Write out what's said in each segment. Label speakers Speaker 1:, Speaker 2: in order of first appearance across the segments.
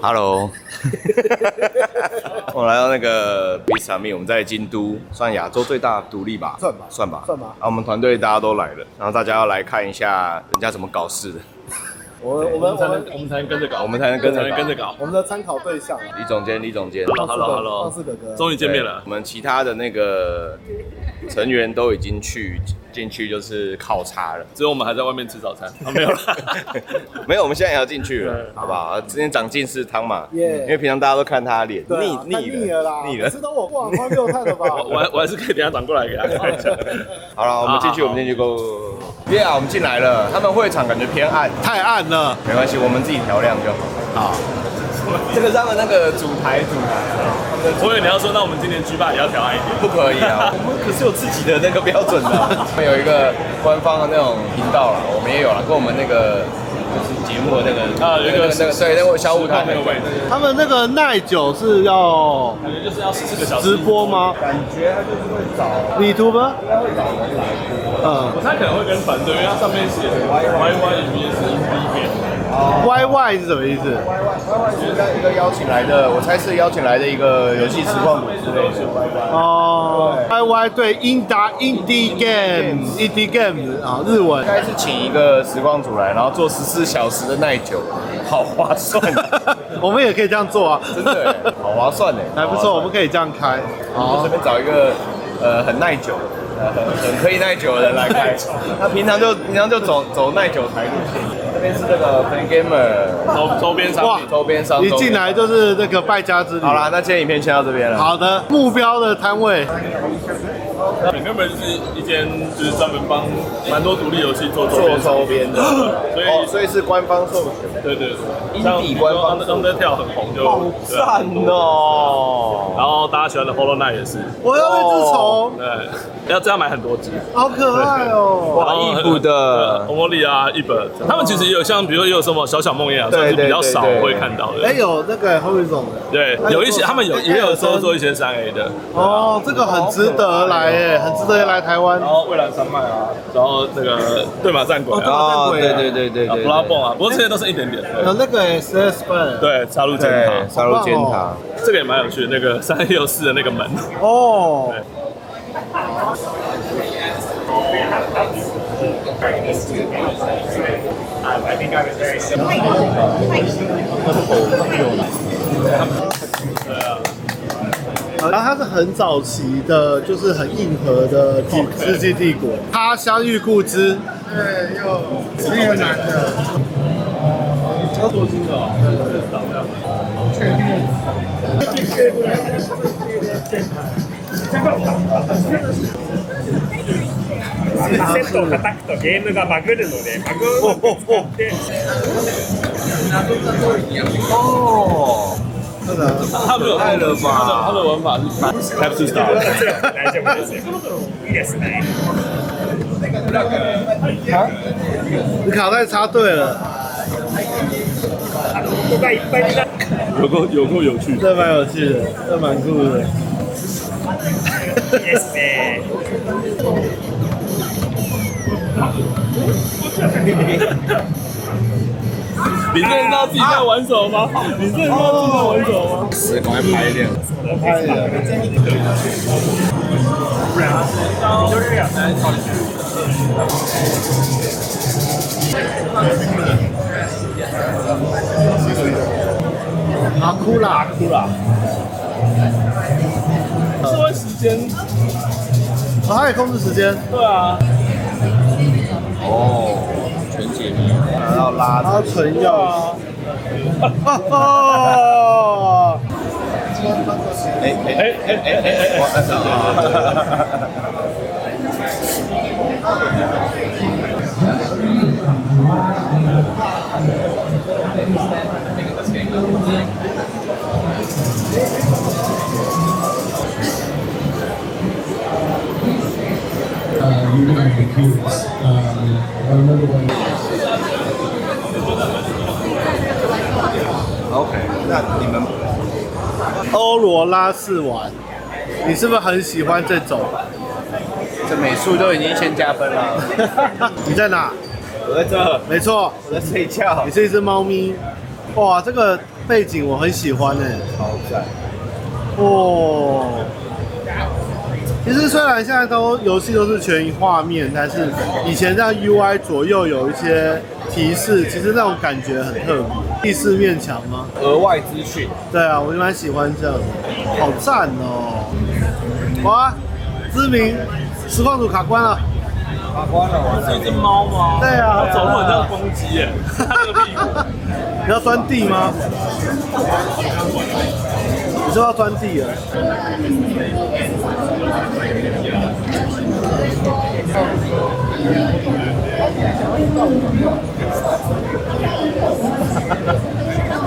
Speaker 1: Hello，我来到那个 b i s a m i 我们在京都算亚洲最大独立吧，
Speaker 2: 算吧
Speaker 1: 算吧，
Speaker 2: 算吧
Speaker 1: 啊，我们团队大家都来了，然后大家要来看一下人家怎么搞事的，
Speaker 2: 我们我
Speaker 3: 我
Speaker 2: 们
Speaker 3: 们才
Speaker 2: 我
Speaker 3: 能
Speaker 2: 们
Speaker 3: 我们才能跟着搞，
Speaker 1: 我们才能跟着
Speaker 3: 才能跟着搞。
Speaker 2: 我们的参考对象啊
Speaker 1: 李总监，李总监
Speaker 3: Hello Hello
Speaker 2: 上次
Speaker 3: Hello，
Speaker 2: 哥哥
Speaker 3: 终于见面
Speaker 1: 对
Speaker 3: 了。
Speaker 1: 我们其他的那个成员都已经去进去就是考察了。
Speaker 3: 只有我们还在外面吃早餐，啊没有了。
Speaker 1: 没有，我们现在也要进去了
Speaker 3: 对，
Speaker 1: 好不好？今天长进是汤嘛，
Speaker 2: 耶
Speaker 1: 因为平常大家都看他脸，
Speaker 2: 对
Speaker 1: 腻
Speaker 2: 啊太腻了啦，
Speaker 1: 腻
Speaker 2: 你
Speaker 1: 了
Speaker 2: 吃。到我哇，花六太了 吧？
Speaker 3: 我还我还是可以等一下转过来给他看一下。
Speaker 1: 好了，我们进去，
Speaker 3: 好
Speaker 1: 我们进去，Go！耶啊我们进来了。他们会场感觉偏暗，
Speaker 4: 太暗了，
Speaker 1: 没关系，我们自己调亮就好。
Speaker 4: 好，
Speaker 1: 这个是他们那个主台，主台
Speaker 3: 我以为你要说，那我们今年 G 霸也要调暗一点。
Speaker 1: 不可以啊， 我们可是有自己的那个标准的。我们有一个官方的那种频道啦，我们也有啦，跟我们那个就是节目的那个
Speaker 3: 啊有一个
Speaker 1: 那个对那个小舞台
Speaker 3: 那个位置，
Speaker 4: 他们那个耐久是要
Speaker 3: 感觉就是要四个小时
Speaker 4: 直。播吗？
Speaker 1: 感觉他就是会找
Speaker 4: 你图吗？嗯
Speaker 3: 我猜可能会跟团队，因为它上面写 YY 语音是一边。
Speaker 4: ，Y Y 是什么意思？
Speaker 1: Y Y Y 是一个邀请来的，我猜是邀请来的一个游戏实况组之类的。
Speaker 4: 哦，Y Y 对，Indie Indie Game Indie Game 啊，日文
Speaker 1: 应。该是请一个实况组来，然后做十四小时的耐久，好划 算，
Speaker 4: 我们也可以这样做啊，
Speaker 1: 真的耶，好划算呢，
Speaker 4: 还不错，我们可以这样开。
Speaker 1: 好划算。就随
Speaker 4: 哦，
Speaker 1: 便找一个呃很耐久的。呃很很可以耐久的人来开，他平常就平常就走走耐久台路线。这边是那个 Play Gamer
Speaker 3: 周周边商
Speaker 4: 哇
Speaker 3: 品，
Speaker 1: 周边商，
Speaker 4: 一进来就是那个败家之旅。
Speaker 1: 好啦，，那今天影片先到这边了。
Speaker 4: 好的，目标的摊位。
Speaker 3: 你根本就是一间就是专门帮蛮多独立游戏做周
Speaker 1: 做
Speaker 3: 边商
Speaker 1: 周
Speaker 3: 品。
Speaker 1: 边的，
Speaker 3: 所以
Speaker 1: 哦，所以是官方授权，
Speaker 3: 对对对，
Speaker 1: Indie
Speaker 3: 像比如
Speaker 1: 官
Speaker 3: 说
Speaker 1: 方
Speaker 3: Under Under Tale 很红就
Speaker 1: 好
Speaker 3: 对啊
Speaker 1: 赞哦！
Speaker 3: 然后大家喜欢的 Hollow Knight 也是，
Speaker 4: 我要那只虫，
Speaker 3: 对，要这样买很多只。
Speaker 4: 好可爱哦。
Speaker 1: 哇易卜的
Speaker 3: 欧莫利啊，一本，他们其实也有像，比如说也有什么小小梦魇啊，
Speaker 1: 对
Speaker 3: 算
Speaker 1: 对
Speaker 3: 是比较少
Speaker 1: 对对
Speaker 3: 会看到
Speaker 4: 哎，
Speaker 3: 的。
Speaker 4: 有那个 Horizon 的。
Speaker 3: 对，有一些他们
Speaker 1: 哎
Speaker 3: 有也有说做一些三 A 的，
Speaker 4: 哦，这个很值得
Speaker 1: 哦
Speaker 4: 来诶，很值得来台湾。
Speaker 3: 后蔚蓝山脉啊，然后那个对马战鬼
Speaker 4: 哦
Speaker 3: 啊，
Speaker 1: 哦，
Speaker 4: 对
Speaker 1: 对
Speaker 4: 对
Speaker 1: 对
Speaker 4: 对
Speaker 1: 对对
Speaker 3: 啊
Speaker 1: 对，嗯
Speaker 3: 布拉蹦啊，不过这些都是一点点。
Speaker 4: 有那个 SS Burn，
Speaker 3: 对，插入箭
Speaker 1: 对，
Speaker 3: 塔，
Speaker 1: 杀入尖塔
Speaker 4: 好，
Speaker 3: 这个也蛮有趣的，那个三六四的那个门，
Speaker 4: 哦，然后它是很早期的，就是很硬核的帝世纪帝国。它相遇故知，
Speaker 5: セットを叩くとゲームがバグるので、バグをうまく使って、
Speaker 1: 哦，
Speaker 3: 他们有
Speaker 1: 太了吧
Speaker 3: 他的他的玩法是 Capsule Star，
Speaker 5: こちらも大丈夫ですよ。いいですね。
Speaker 4: 你卡带插队了，
Speaker 5: あの、ここがいっぱいになって、
Speaker 3: 有够有够有趣。
Speaker 4: 这蛮有趣的，这蛮酷的。哦
Speaker 5: いいですね。
Speaker 3: 你真的知道自己在玩什么吗？你真的知道自己在玩什么吗？
Speaker 1: 是赶快拍点，
Speaker 4: 阿库拉，阿库拉，
Speaker 3: 社会时间，
Speaker 4: 哦，它也控制时间，
Speaker 3: 对啊，
Speaker 1: 哦，全解谜，然后拉
Speaker 4: 然后存钥匙。哦，
Speaker 1: 哎哎哎哎哎哎，哇，真的，
Speaker 6: uh, you have the codes. Um, I remember when.
Speaker 1: 那你们
Speaker 4: 欧罗拉试玩，你是不是很喜欢这种？
Speaker 1: 这美术都已经先加分了，
Speaker 4: 你在哪？
Speaker 1: 我在这，
Speaker 4: 没错，
Speaker 1: 我在睡觉
Speaker 4: 你，是一只猫咪，哇，这个背景我很喜欢哎、
Speaker 1: 超赞。
Speaker 4: 哦，其实虽然现在都游戏都是全画面，但是以前在 UI 左右有一些提示，其实那种感觉很特别。第四面墙吗？
Speaker 1: 额外资讯，
Speaker 4: 对啊，我就蛮喜欢这样的，好赞哦！哇，知名实况组卡关了，
Speaker 1: 把关了，完
Speaker 3: 是一只猫吗？
Speaker 4: 对啊
Speaker 3: 它走路很像公鸡 耶，它那个屁股。
Speaker 4: 你要钻地吗？你说要钻地了，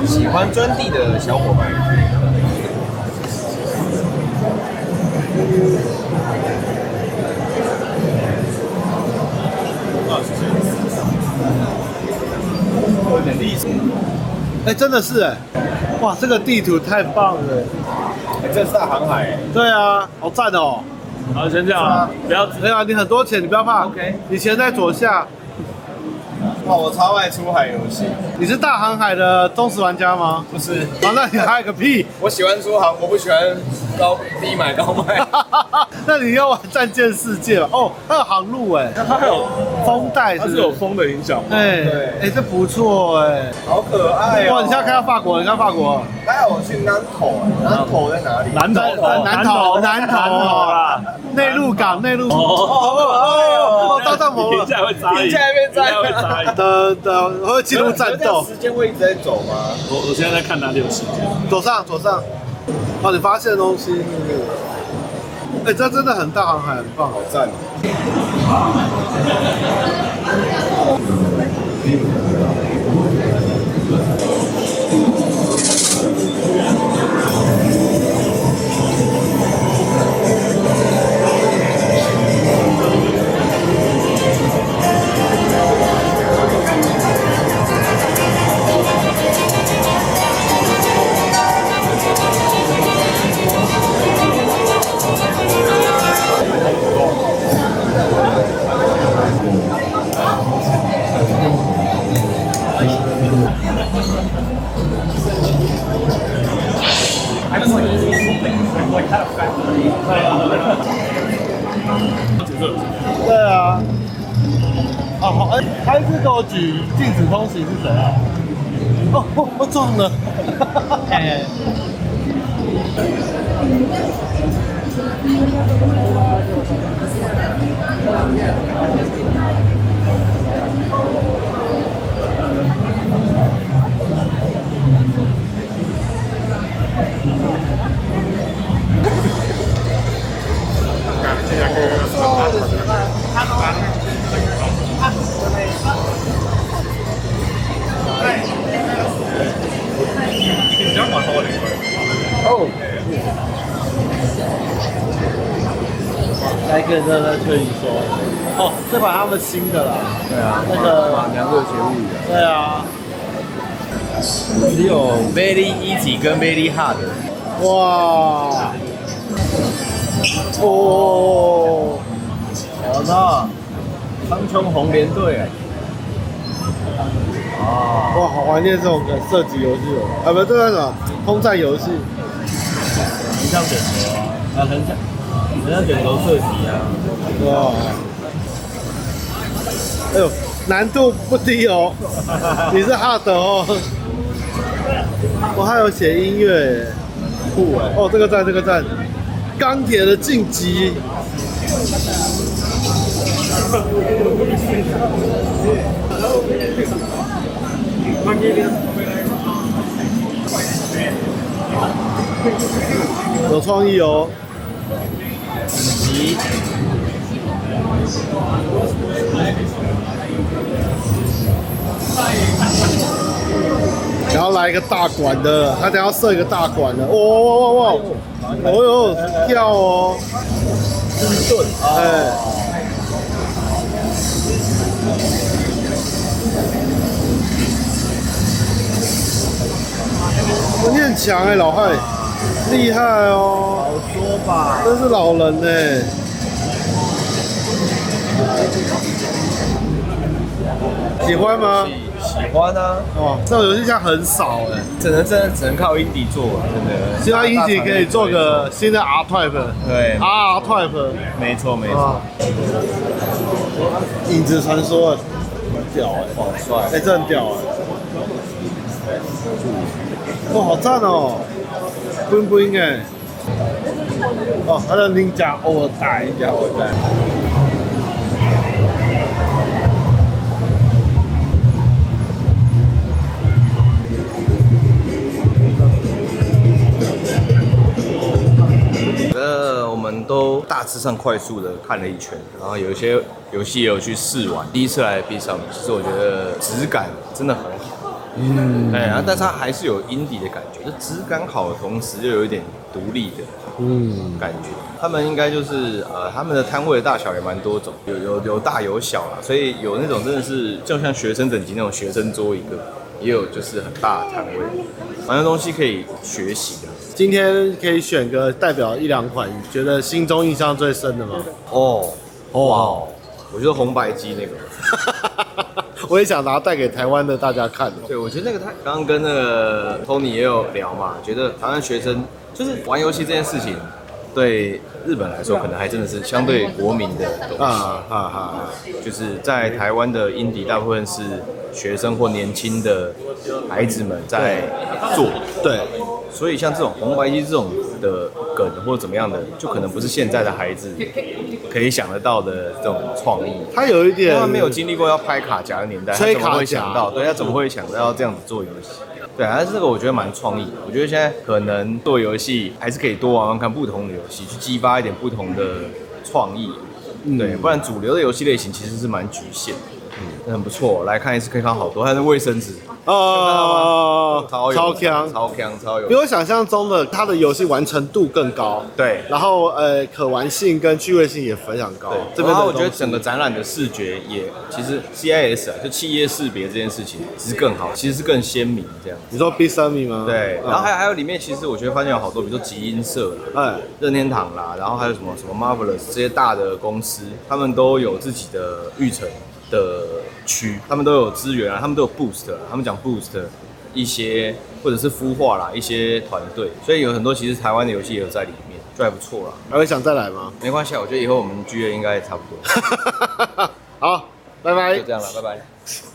Speaker 1: 喜欢钻地的小伙伴。有点历史，
Speaker 4: 哎，真的是哎，哇，这个地图太棒了，
Speaker 1: 哎这是大航海、哎
Speaker 4: 对啊，好赞哦！
Speaker 3: 好，先这样啊，不要
Speaker 4: 没有啊，你很多钱，你不要怕
Speaker 1: OK
Speaker 4: 你钱在左下，
Speaker 1: 哇，哦我超爱出海游戏，
Speaker 4: 你是大航海的忠实玩家 吗？
Speaker 1: 不是，
Speaker 4: 啊，那你嗨个屁！
Speaker 1: 我喜欢出航，我不喜欢高低买高卖。
Speaker 4: 那你要玩《战舰世界》吧？哦，还有航路哎、
Speaker 3: 它还有
Speaker 4: 风带是
Speaker 3: 它
Speaker 4: 不
Speaker 3: 是
Speaker 4: 是
Speaker 3: 有风的影响吗？
Speaker 4: 哎
Speaker 1: 对
Speaker 4: 哎、这不错哎、
Speaker 1: 好可爱哦！
Speaker 4: 哇，你现在看到法国，你看法国，
Speaker 1: 还好啊我去南口，南口在哪里？
Speaker 3: 南
Speaker 4: 南南投南投啦，内陆港内陆。
Speaker 1: 哦
Speaker 4: 哦，到帐 篷
Speaker 3: 停
Speaker 4: 了。
Speaker 3: 下来会扎
Speaker 1: 停
Speaker 3: 营，
Speaker 1: 下来会扎营
Speaker 3: 停下来会扎营。
Speaker 4: 的的，我会进入战斗，
Speaker 1: 时间会一直在走吗？
Speaker 3: 我我现在在看哪里有时间。
Speaker 4: 左上左上。哦，你发现东西是不是？哎、这真的很大航海，很棒。
Speaker 1: 好赞！
Speaker 4: 对啊。哦好，哎、还是给我举禁止通行是谁啊？哦，我我撞了。 哎、来给热热推理说，哦，这把他们新的啦。
Speaker 1: 对啊，
Speaker 4: 那个
Speaker 1: 马娘热血物语啊，
Speaker 4: 对啊，
Speaker 1: 只有 very easy 跟 very hard。
Speaker 4: 哇，哦，
Speaker 1: 好的，苍穹红莲队，
Speaker 4: 哦哇，好怀念这种的射击游戏哦，啊，不，这叫什么？空战游戏。
Speaker 1: 很像卷轴啊，啊，很像，很像卷轴射击啊。
Speaker 4: 哇，哎呦，难度不低 哦，你是 hard 哦。我还有写音乐耶，酷哎！哦，这个赞，这个赞，钢铁的晋级。有创意哦，然后来一个大管的，他等下射一个大管的，哇哇哇哇，哦哟跳哦，哎，我念强哎，老汉，厉害哦，好说吧，真是老人哎。喜欢吗？
Speaker 1: 喜关啊，
Speaker 4: 哦，这种游戏现在很少哎、
Speaker 1: 只能真的只能靠 indie 做，啊真的。
Speaker 4: 希望英姐可以做个新的 R Type，
Speaker 1: 对，
Speaker 4: ，R Type，
Speaker 1: 没错没错，
Speaker 4: 啊，影子传说，很屌哎、
Speaker 1: 好帅
Speaker 4: 哎、。这很屌哎、哦，好赞哦，不应不应哎，哦，他的 Ninja 偶尔带一下，偶尔带。
Speaker 1: 呃，我们都大致上快速的看了一圈，然后有一些游戏也有去试玩。第一次来 B 上，其实我觉得质感真的很好，嗯，哎，然后但是它还是有 indie 的感觉，就质感好的同时又有一点独立的，嗯，感觉。他们应该就是呃，他们的摊位的大小也蛮多种，有有有大有小啦，所以有那种真的是就像学生等级那种学生桌一个，也有就是很大的摊位，蛮多东西可以学习的。
Speaker 4: 今天可以选个代表一两款，你觉得心中印象最深的吗？
Speaker 1: 哦，哇，我觉得红白机那个，
Speaker 4: 我也想拿带给台湾的大家看。
Speaker 1: 对我觉得那个他刚刚跟那个 Tony 也有聊嘛，觉得台湾学生就是玩游戏这件事情，对日本来说可能还真的是相对国民的东西，
Speaker 4: 啊啊啊！
Speaker 1: 就是在台湾的英迪大部分是学生或年轻的孩子们在做，
Speaker 4: 对，
Speaker 1: 所以像这种红白机这种的梗或者怎么样的，就可能不是现在的孩子可以想得到的这种创意。
Speaker 4: 它有一点
Speaker 1: 他们没有经历过要拍卡夹的年代，
Speaker 4: 吹
Speaker 1: 他怎么
Speaker 4: 卡
Speaker 1: 会
Speaker 4: 夹
Speaker 1: 想到？对，他怎么会想到要这样子做游戏？对，但是这个我觉得蛮创意的。我觉得现在可能做游戏还是可以多玩玩看不同的游戏，去激发一点不同的创意。
Speaker 4: 嗯
Speaker 1: 对，不然主流的游戏类型其实是蛮局限的。嗯，很不错，来看一次可以看好多，还有那卫生纸，
Speaker 4: 哦，
Speaker 1: 超有
Speaker 4: 超强，
Speaker 1: 超强，超
Speaker 4: 比
Speaker 1: 有。
Speaker 4: 我想象中的，它的游戏完成度更高。
Speaker 1: 对，
Speaker 4: 然后呃，可玩性跟趣味性也非常高
Speaker 1: 对。，
Speaker 4: 这
Speaker 1: 这
Speaker 4: 边
Speaker 1: 边
Speaker 4: 的
Speaker 1: 我觉得
Speaker 4: 东西
Speaker 1: 整个展览的视觉也，其实 CIS 啊，就企业识别这件事情，其实更好，其实是更鲜明这样。
Speaker 4: 你说 B 三米吗？
Speaker 1: 对，
Speaker 4: 嗯
Speaker 1: 然后还有还有里面其实我觉得发现有好多，比如说集英社啦、
Speaker 4: 哎，
Speaker 1: 任天堂啦，然后还有什么什么 Marvelous 这些大的公司，他们都有自己的育成的区，他们都有资源啊，他们都有 Boost，啊他们讲 Boost 一些或者是孵化啦一些团队，所以有很多其实台湾的游戏也有在里面，就还不错啦。
Speaker 4: 还会想再来吗？
Speaker 1: 没关系，啊，我觉得以后我们剧院应该也差不多，
Speaker 4: 好，拜拜
Speaker 1: 就。这样了，拜拜。